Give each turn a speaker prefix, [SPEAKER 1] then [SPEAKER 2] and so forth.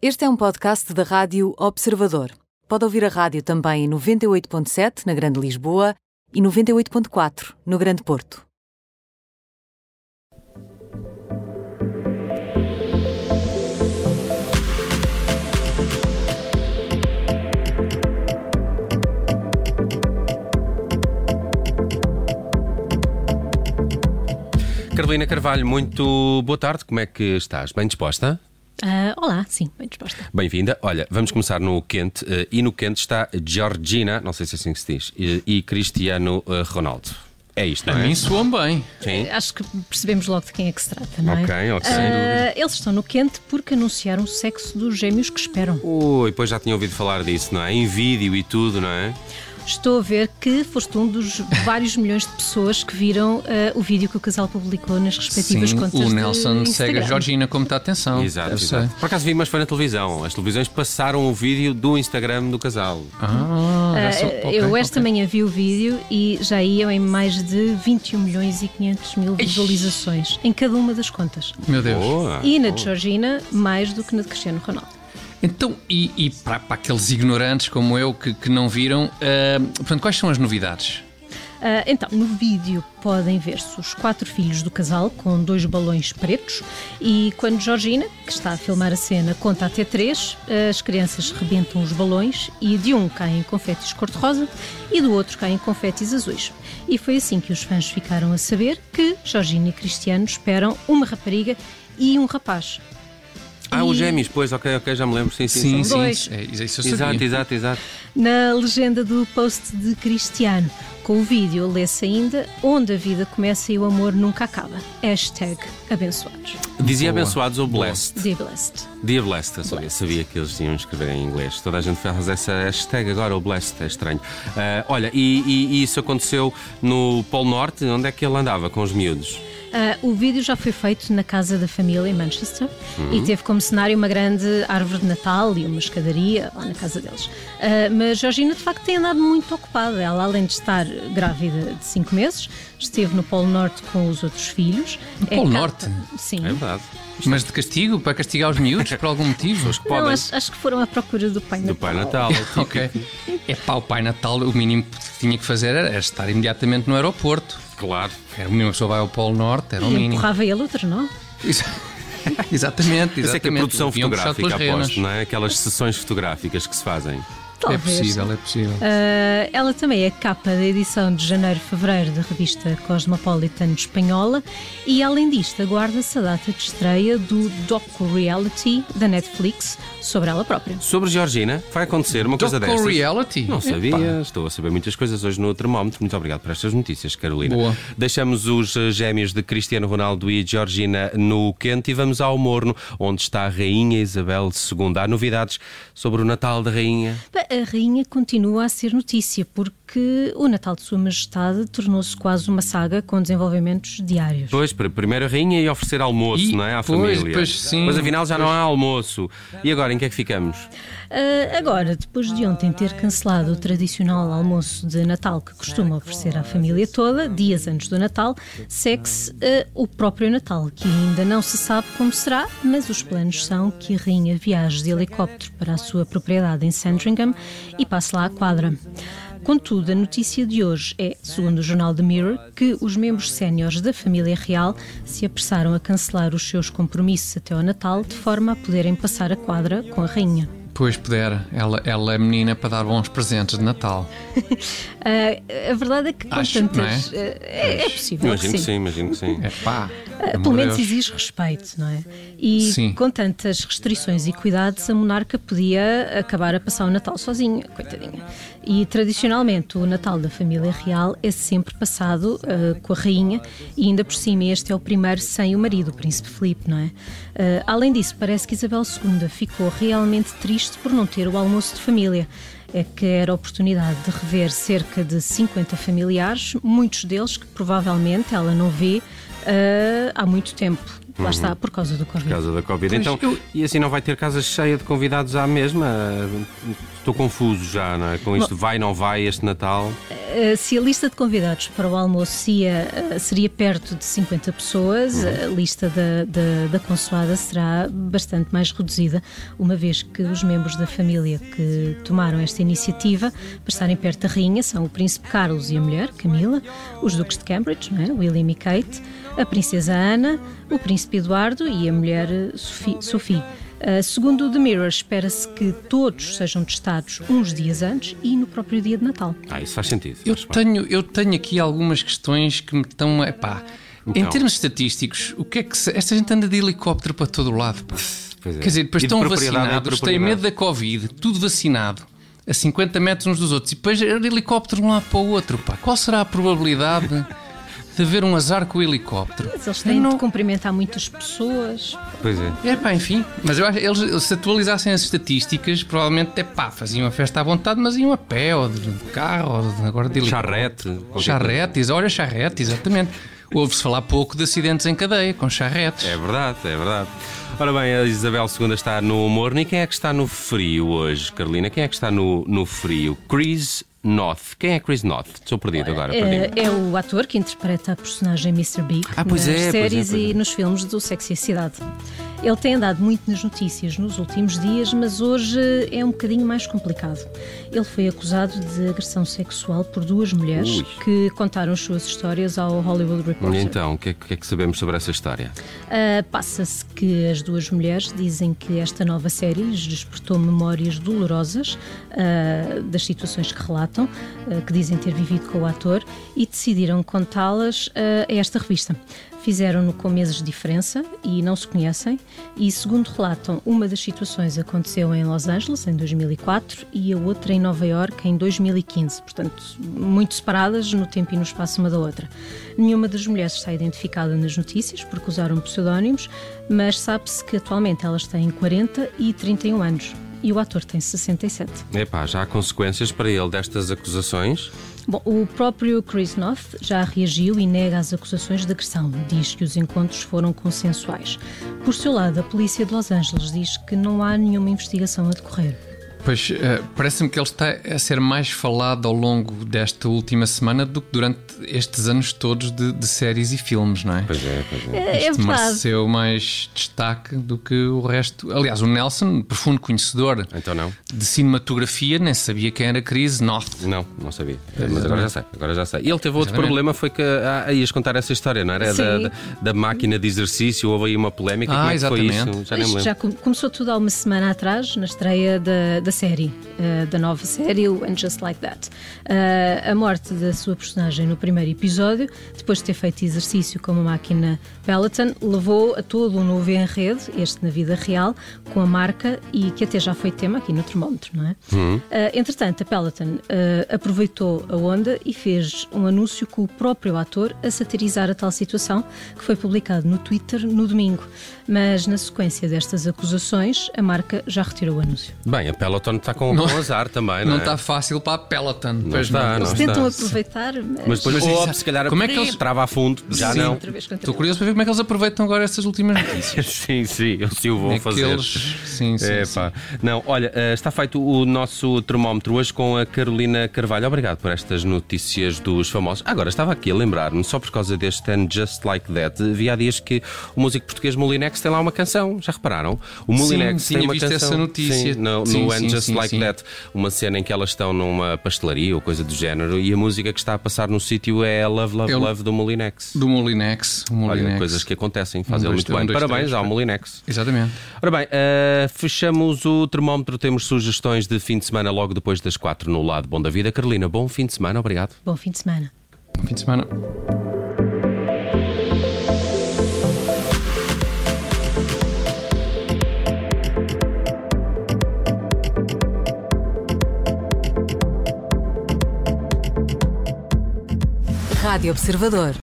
[SPEAKER 1] Este é um podcast da Rádio Observador. Pode ouvir a rádio também em 98.7 na Grande Lisboa e 98.4 no Grande Porto.
[SPEAKER 2] Carolina Carvalho, muito boa tarde. Como é que estás? Bem disposta?
[SPEAKER 3] Ah, olá, sim, bem disposta.
[SPEAKER 2] Bem-vinda. Olha, vamos começar no quente. eh, E no quente está Georgina, não sei se é assim que se diz, e, e Cristiano eh, Ronaldo. É isto,
[SPEAKER 4] A
[SPEAKER 2] não é?
[SPEAKER 4] mim soam bem.
[SPEAKER 2] Sim.
[SPEAKER 3] Acho que percebemos logo de quem é que se trata, não é?
[SPEAKER 2] Ok, ok.
[SPEAKER 3] Ah,
[SPEAKER 2] Sem dúvida.
[SPEAKER 3] eles estão no quente porque anunciaram o sexo dos gêmeos que esperam.
[SPEAKER 2] Ui, pois já tinha ouvido falar disso, não é? Em vídeo e tudo, não é?
[SPEAKER 3] Estou a ver que foste um dos vários milhões de pessoas que viram ah, o vídeo que o casal publicou nas respectivas
[SPEAKER 4] Sim,
[SPEAKER 3] contas
[SPEAKER 4] o
[SPEAKER 3] de
[SPEAKER 4] Nelson segue a
[SPEAKER 3] Instagram.
[SPEAKER 4] Georgina como está atenção.
[SPEAKER 2] Exato,
[SPEAKER 4] Eu sei.
[SPEAKER 2] exato. Por acaso vi, mas foi na televisão. As televisões passaram o vídeo do Instagram do casal.
[SPEAKER 4] Ah, já
[SPEAKER 3] Ah,
[SPEAKER 4] sou- ok,
[SPEAKER 3] eu esta
[SPEAKER 4] ok.
[SPEAKER 3] manhã vi o vídeo e já iam em mais de 21 milhões e 500 mil visualizações em cada uma das contas.
[SPEAKER 4] Meu Deus.
[SPEAKER 2] Boa.
[SPEAKER 3] E na de Georgina, mais do que na de Cristiano Ronaldo.
[SPEAKER 4] Então, e, e para, para aqueles ignorantes como eu que, que não viram, ah, portanto, quais são as novidades?
[SPEAKER 3] Ah, então, no vídeo podem ver-se os quatro filhos do casal com dois balões pretos e quando Georgina, que está a filmar a cena, conta até três, ah, as crianças rebentam os balões e de um caem confetes cor-de-rosa e do outro caem confetes azuis. E foi assim que os fãs ficaram a saber que Georgina e Cristiano esperam uma rapariga e um rapaz.
[SPEAKER 2] Ah, os
[SPEAKER 3] E-
[SPEAKER 2] gêmeos, pois, ok, ok, já me lembro. Sim, sim, sim.
[SPEAKER 4] sim,
[SPEAKER 3] dois.
[SPEAKER 4] é, isso eu sabia.
[SPEAKER 2] Exato, exato, exato.
[SPEAKER 3] Na legenda do post de Cristiano, com o vídeo, lê-se ainda onde a vida começa e o amor nunca acaba. Hashtag abençoados.
[SPEAKER 2] Dizia
[SPEAKER 4] Boa.
[SPEAKER 2] abençoados ou blessed.
[SPEAKER 3] Dear blessed.
[SPEAKER 2] Dia Blessed, eu sabia, sabia que eles iam escrever em inglês. Toda a gente faz essa hashtag agora, o Blessed, é estranho. Ah, olha, e, e- e isso aconteceu no Polo Norte, onde é que ele andava com os miúdos?
[SPEAKER 3] Ah, o vídeo já foi feito na casa da família em Manchester e teve como cenário uma grande árvore de Natal e uma escadaria lá na casa deles. Ah, mas Georgina, de facto, tem andado muito ocupada. Ela, além de estar grávida de 5 meses, esteve no Polo Norte com os outros filhos. No
[SPEAKER 4] Polo Norte?
[SPEAKER 3] Sim.
[SPEAKER 2] É verdade.
[SPEAKER 4] Mas de castigo? Para castigar os miúdos por algum motivo?
[SPEAKER 2] Os que
[SPEAKER 3] Não,
[SPEAKER 2] podem.
[SPEAKER 3] acho, acho que foram à procura do pai
[SPEAKER 2] Do
[SPEAKER 3] Natal.
[SPEAKER 2] Pai Natal. Tipo,
[SPEAKER 4] ok. É pá, o Pai Natal, o mínimo que tinha que fazer era estar imediatamente no aeroporto.
[SPEAKER 2] Claro.
[SPEAKER 4] Era o mínimo, a pessoa vai ao Polo Norte, era É o
[SPEAKER 3] E
[SPEAKER 4] mínimo. É
[SPEAKER 3] empurrava ele outro, não?
[SPEAKER 4] Isso- exatamente, exatamente.
[SPEAKER 2] Isso é que a produção
[SPEAKER 4] Deviam puxar
[SPEAKER 2] fotográfica,
[SPEAKER 4] pelas
[SPEAKER 2] aposto,
[SPEAKER 4] renas.
[SPEAKER 2] não é? Aquelas sessões fotográficas que se fazem.
[SPEAKER 4] É
[SPEAKER 3] Talvez.
[SPEAKER 4] possível, é possível.
[SPEAKER 3] Ah, ela também é capa da edição de janeiro e fevereiro da revista Cosmopolitan espanhola e, além disto, aguarda-se a data de estreia do docu-reality da Netflix sobre ela própria.
[SPEAKER 2] Sobre Georgina, vai acontecer uma coisa
[SPEAKER 4] Doco
[SPEAKER 2] dessas.
[SPEAKER 4] reality?
[SPEAKER 2] Não sabia,
[SPEAKER 4] Epá.
[SPEAKER 2] estou a saber muitas coisas hoje no termómetro. Muito obrigado por estas notícias, Carolina.
[SPEAKER 4] Boa.
[SPEAKER 2] Deixamos os eh, gêmeos de Cristiano Ronaldo e Georgina no quente e vamos ao Morno, onde está a Rainha Isabel II. Há novidades sobre o Natal da Rainha.
[SPEAKER 3] Bem, A rainha continua a ser notícia porque o Natal de Sua Majestade tornou-se quase uma saga com desenvolvimentos diários.
[SPEAKER 2] Pois, pr- primeiro a Rainha e oferecer almoço,
[SPEAKER 4] E-
[SPEAKER 2] não é? À
[SPEAKER 4] pois,
[SPEAKER 2] família.
[SPEAKER 4] pois, sim.
[SPEAKER 2] Mas afinal já não há almoço. E agora, em que é que ficamos?
[SPEAKER 3] Ah, agora, depois de ontem ter cancelado o tradicional almoço de Natal que costuma oferecer à família toda, dias antes do Natal, segue-se ah, o próprio Natal, que ainda não se sabe como será, mas os planos são que a rainha viaje de helicóptero para a sua propriedade em Sandringham e passe lá a quadra. Contudo, a notícia de hoje é, segundo o jornal The Mirror, que os membros séniores da família real se apressaram a cancelar os seus compromissos até ao Natal, de forma a poderem passar a quadra com a rainha.
[SPEAKER 4] Pois pudera, ela, ela é menina para dar bons presentes de Natal.
[SPEAKER 3] Ah, a verdade é que com
[SPEAKER 4] Acho,
[SPEAKER 3] tantas.
[SPEAKER 4] não
[SPEAKER 3] eh, É, é possível.
[SPEAKER 2] Imagino
[SPEAKER 3] que
[SPEAKER 2] que sim, imagino que sim.
[SPEAKER 4] É pá,
[SPEAKER 3] Ah, Pelo menos exige respeito, não é? E
[SPEAKER 4] Sim.
[SPEAKER 3] com tantas restrições e cuidados, a monarca podia acabar a passar o Natal sozinha, coitadinha. E tradicionalmente, o Natal da família real é sempre passado ah, com a rainha, e ainda por cima, este é o primeiro sem o marido, o príncipe Filipe, não é? Ah, além disso, parece que Isabel II ficou realmente triste por não ter o almoço de família é que era a oportunidade de rever cerca de 50 familiares, muitos deles que provavelmente ela não vê ah, há muito tempo. Lá está, por causa do
[SPEAKER 2] Uhum.
[SPEAKER 3] Covid.
[SPEAKER 2] Por causa da Covid. Então,
[SPEAKER 4] eu-
[SPEAKER 2] e assim não vai ter casa cheia de convidados à mesma? Estou confuso já, não é? Com isto vai, não vai, este Natal.
[SPEAKER 3] eh, se a lista de convidados para o almoço ia, eh, seria perto de 50 pessoas, a lista da, da, da consoada será bastante mais reduzida, uma vez que os membros da família que tomaram esta iniciativa para estarem perto da rainha são o príncipe Carlos e a mulher, Camila, os duques de Cambridge, não é? William e Kate, a princesa Ana, o príncipe Eduardo e a mulher eh, Sophie. Sophie. Uh, segundo o The Mirror, espera-se que todos sejam testados uns dias antes e no próprio dia de Natal.
[SPEAKER 2] Ah, isso faz sentido.
[SPEAKER 4] Eu
[SPEAKER 2] faz parte.
[SPEAKER 4] tenho, eu tenho aqui algumas questões que me estão. a- Epá, em
[SPEAKER 2] Então.
[SPEAKER 4] termos estatísticos, o que é que. se- Esta gente anda de helicóptero para todo o lado. pá.
[SPEAKER 2] Pois é.
[SPEAKER 4] Quer dizer, depois
[SPEAKER 2] E de
[SPEAKER 4] estão
[SPEAKER 2] propriedade em
[SPEAKER 4] vacinados, têm
[SPEAKER 2] propriedade.
[SPEAKER 4] medo da Covid, tudo vacinado, a 50 metros uns dos outros, e depois era helicóptero de um lado para o outro. Pá. Qual será a probabilidade de haver um azar com o helicóptero?
[SPEAKER 3] Mas eles
[SPEAKER 4] Eu
[SPEAKER 3] têm de
[SPEAKER 4] não-
[SPEAKER 3] cumprimentar muitas pessoas.
[SPEAKER 2] Pois é.
[SPEAKER 4] É pá, enfim. Mas eu acho que eles, se atualizassem as estatísticas, provavelmente até pá, faziam a festa à vontade, mas iam a pé, ou de de carro, ou de, agora de helicóptero.
[SPEAKER 2] Charrete, qualquer coisa.
[SPEAKER 4] Charretes, olha, charrete, exatamente. Ouve-se falar pouco de acidentes em cadeia, com charretes.
[SPEAKER 2] É verdade, é verdade. Ora bem, a Isabel II está no humor. E quem é que está no frio hoje, Carolina? Quem é que está no, no frio? Chris Noth. Quem é Chris Noth? Estou perdido agora. perdi-me.
[SPEAKER 3] É, é o ator que interpreta a personagem Mr. Big
[SPEAKER 2] Ah, pois
[SPEAKER 3] nas
[SPEAKER 2] é, pois é,
[SPEAKER 3] séries
[SPEAKER 2] pois
[SPEAKER 3] e
[SPEAKER 2] é.
[SPEAKER 3] nos filmes do Sexy e a Cidade. Ele tem andado muito nas notícias nos últimos dias, mas hoje eh, é um bocadinho mais complicado. Ele foi acusado de agressão sexual por duas mulheres
[SPEAKER 2] Ui.
[SPEAKER 3] que contaram as suas histórias ao Hollywood
[SPEAKER 2] E
[SPEAKER 3] Reporter.
[SPEAKER 2] Então, o que, é- o que é que sabemos sobre essa história?
[SPEAKER 3] Uh, Passa-se que as duas mulheres dizem que esta nova série lhes despertou memórias dolorosas uh, das situações que relatam, uh, que dizem ter vivido com o ator, e decidiram contá-las uh, a esta revista. Fizeram-no com meses de diferença e não se conhecem, e segundo relatam, uma das situações aconteceu em Los Angeles, em 2004, e a outra em Nova Iorque, em 2015, portanto, muito separadas no tempo e no espaço uma da outra. Nenhuma das mulheres está identificada nas notícias porque usaram pseudónimos, mas sabe-se que atualmente elas têm 40 e 31 anos e o ator tem 67.
[SPEAKER 2] Epá, já há consequências para ele destas acusações?
[SPEAKER 3] Bom, o próprio Chris Noth já reagiu e nega as acusações de agressão. Diz que os encontros foram consensuais. Por seu lado, a polícia de Los Angeles diz que não há nenhuma investigação a decorrer.
[SPEAKER 4] Pois, eh, parece-me que ele está a ser mais falado ao longo desta última semana do que durante estes anos todos de, de séries e filmes, não é?
[SPEAKER 2] Pois é, pois é.
[SPEAKER 3] É, é
[SPEAKER 4] Este
[SPEAKER 3] verdade.
[SPEAKER 4] mereceu mais destaque do que o resto. Aliás, o Nelson, profundo conhecedor
[SPEAKER 2] Então não?
[SPEAKER 4] de cinematografia, nem sabia quem era Chris North.
[SPEAKER 2] Não, não sabia. Mas agora já sei, agora já sei. E ele teve outro
[SPEAKER 4] Exatamente.
[SPEAKER 2] problema, foi que ah, ias contar essa história, não era? É Da,
[SPEAKER 3] Sim.
[SPEAKER 2] da, da máquina de exercício, houve aí uma polémica.
[SPEAKER 4] Ah,
[SPEAKER 2] Como é que foi
[SPEAKER 4] exatamente.
[SPEAKER 2] isso? Já nem me
[SPEAKER 3] Isto
[SPEAKER 2] lembro.
[SPEAKER 3] já com- começou tudo há uma semana atrás, na estreia da, da série, eh, da nova série, o And Just Like That. Eh, a morte da sua personagem no primeiro episódio, depois de ter feito exercício com uma máquina Peloton, levou a todo um novo enredo, este na vida real, com a marca e que até já foi tema aqui no termómetro, não é?
[SPEAKER 2] Uhum.
[SPEAKER 3] Eh, entretanto, a Peloton eh, aproveitou a onda e fez um anúncio com o próprio ator a satirizar a tal situação, que foi publicado no Twitter no domingo. Mas, na sequência destas acusações, a marca já retirou o anúncio.
[SPEAKER 2] Bem, a Peloton está com,
[SPEAKER 4] Não-
[SPEAKER 2] com azar também, não,
[SPEAKER 4] Não tá-
[SPEAKER 2] é?
[SPEAKER 4] está fácil para a Peloton. pois
[SPEAKER 2] está, não
[SPEAKER 4] não.
[SPEAKER 2] Eles
[SPEAKER 3] Eles
[SPEAKER 2] está.
[SPEAKER 3] tentam aproveitar, mas.
[SPEAKER 2] Mas depois,
[SPEAKER 4] Mas
[SPEAKER 2] oh,
[SPEAKER 4] isso-
[SPEAKER 2] se calhar,
[SPEAKER 4] como é que eles-
[SPEAKER 2] trava a fundo? Já
[SPEAKER 3] Sim,
[SPEAKER 2] não.
[SPEAKER 3] outra vez contra
[SPEAKER 4] Estou
[SPEAKER 3] ele.
[SPEAKER 4] curioso para ver como é que eles aproveitam agora estas últimas notícias.
[SPEAKER 2] Sim, sim, eu sim o
[SPEAKER 4] é
[SPEAKER 2] vou fazer. É,
[SPEAKER 4] Naqueles- Sim, sim, sim.
[SPEAKER 2] Epá. Não, olha, eh, está feito o nosso termómetro hoje com a Carolina Carvalho. Obrigado por estas notícias dos famosos. Agora, estava aqui a lembrar-me, só por causa deste And Just Like That, vi há dias que o músico português Molinex tem lá uma canção. Já repararam? O Molinex
[SPEAKER 4] Sim, tinha
[SPEAKER 2] tem uma
[SPEAKER 4] visto
[SPEAKER 2] canção.
[SPEAKER 4] essa notícia.
[SPEAKER 2] Sim, no,
[SPEAKER 4] Sim,
[SPEAKER 2] no
[SPEAKER 4] sim,
[SPEAKER 2] And Just
[SPEAKER 4] sim,
[SPEAKER 2] Like
[SPEAKER 4] sim.
[SPEAKER 2] That, uma cena em que elas estão numa pastelaria ou coisa do género e a música que está a passar no sítio é a Love, Love,
[SPEAKER 4] Eu-
[SPEAKER 2] Love do Molinex.
[SPEAKER 4] Do Molinex. O Molinex.
[SPEAKER 2] Olha, coisas que acontecem, faz
[SPEAKER 4] Um,
[SPEAKER 2] ele
[SPEAKER 4] dois,
[SPEAKER 2] muito
[SPEAKER 4] três,
[SPEAKER 2] bem.
[SPEAKER 4] um, dois,
[SPEAKER 2] Parabéns
[SPEAKER 4] três,
[SPEAKER 2] ao
[SPEAKER 4] pá.
[SPEAKER 2] Molinex.
[SPEAKER 4] Exatamente.
[SPEAKER 2] Ora bem, eh, fechamos o termómetro, temos sugestões de fim de semana logo depois das quatro no Lado Bom da Vida. Carolina, bom fim de semana, obrigado.
[SPEAKER 3] Bom fim de semana.
[SPEAKER 4] Bom fim de semana.
[SPEAKER 1] Rádio Observador.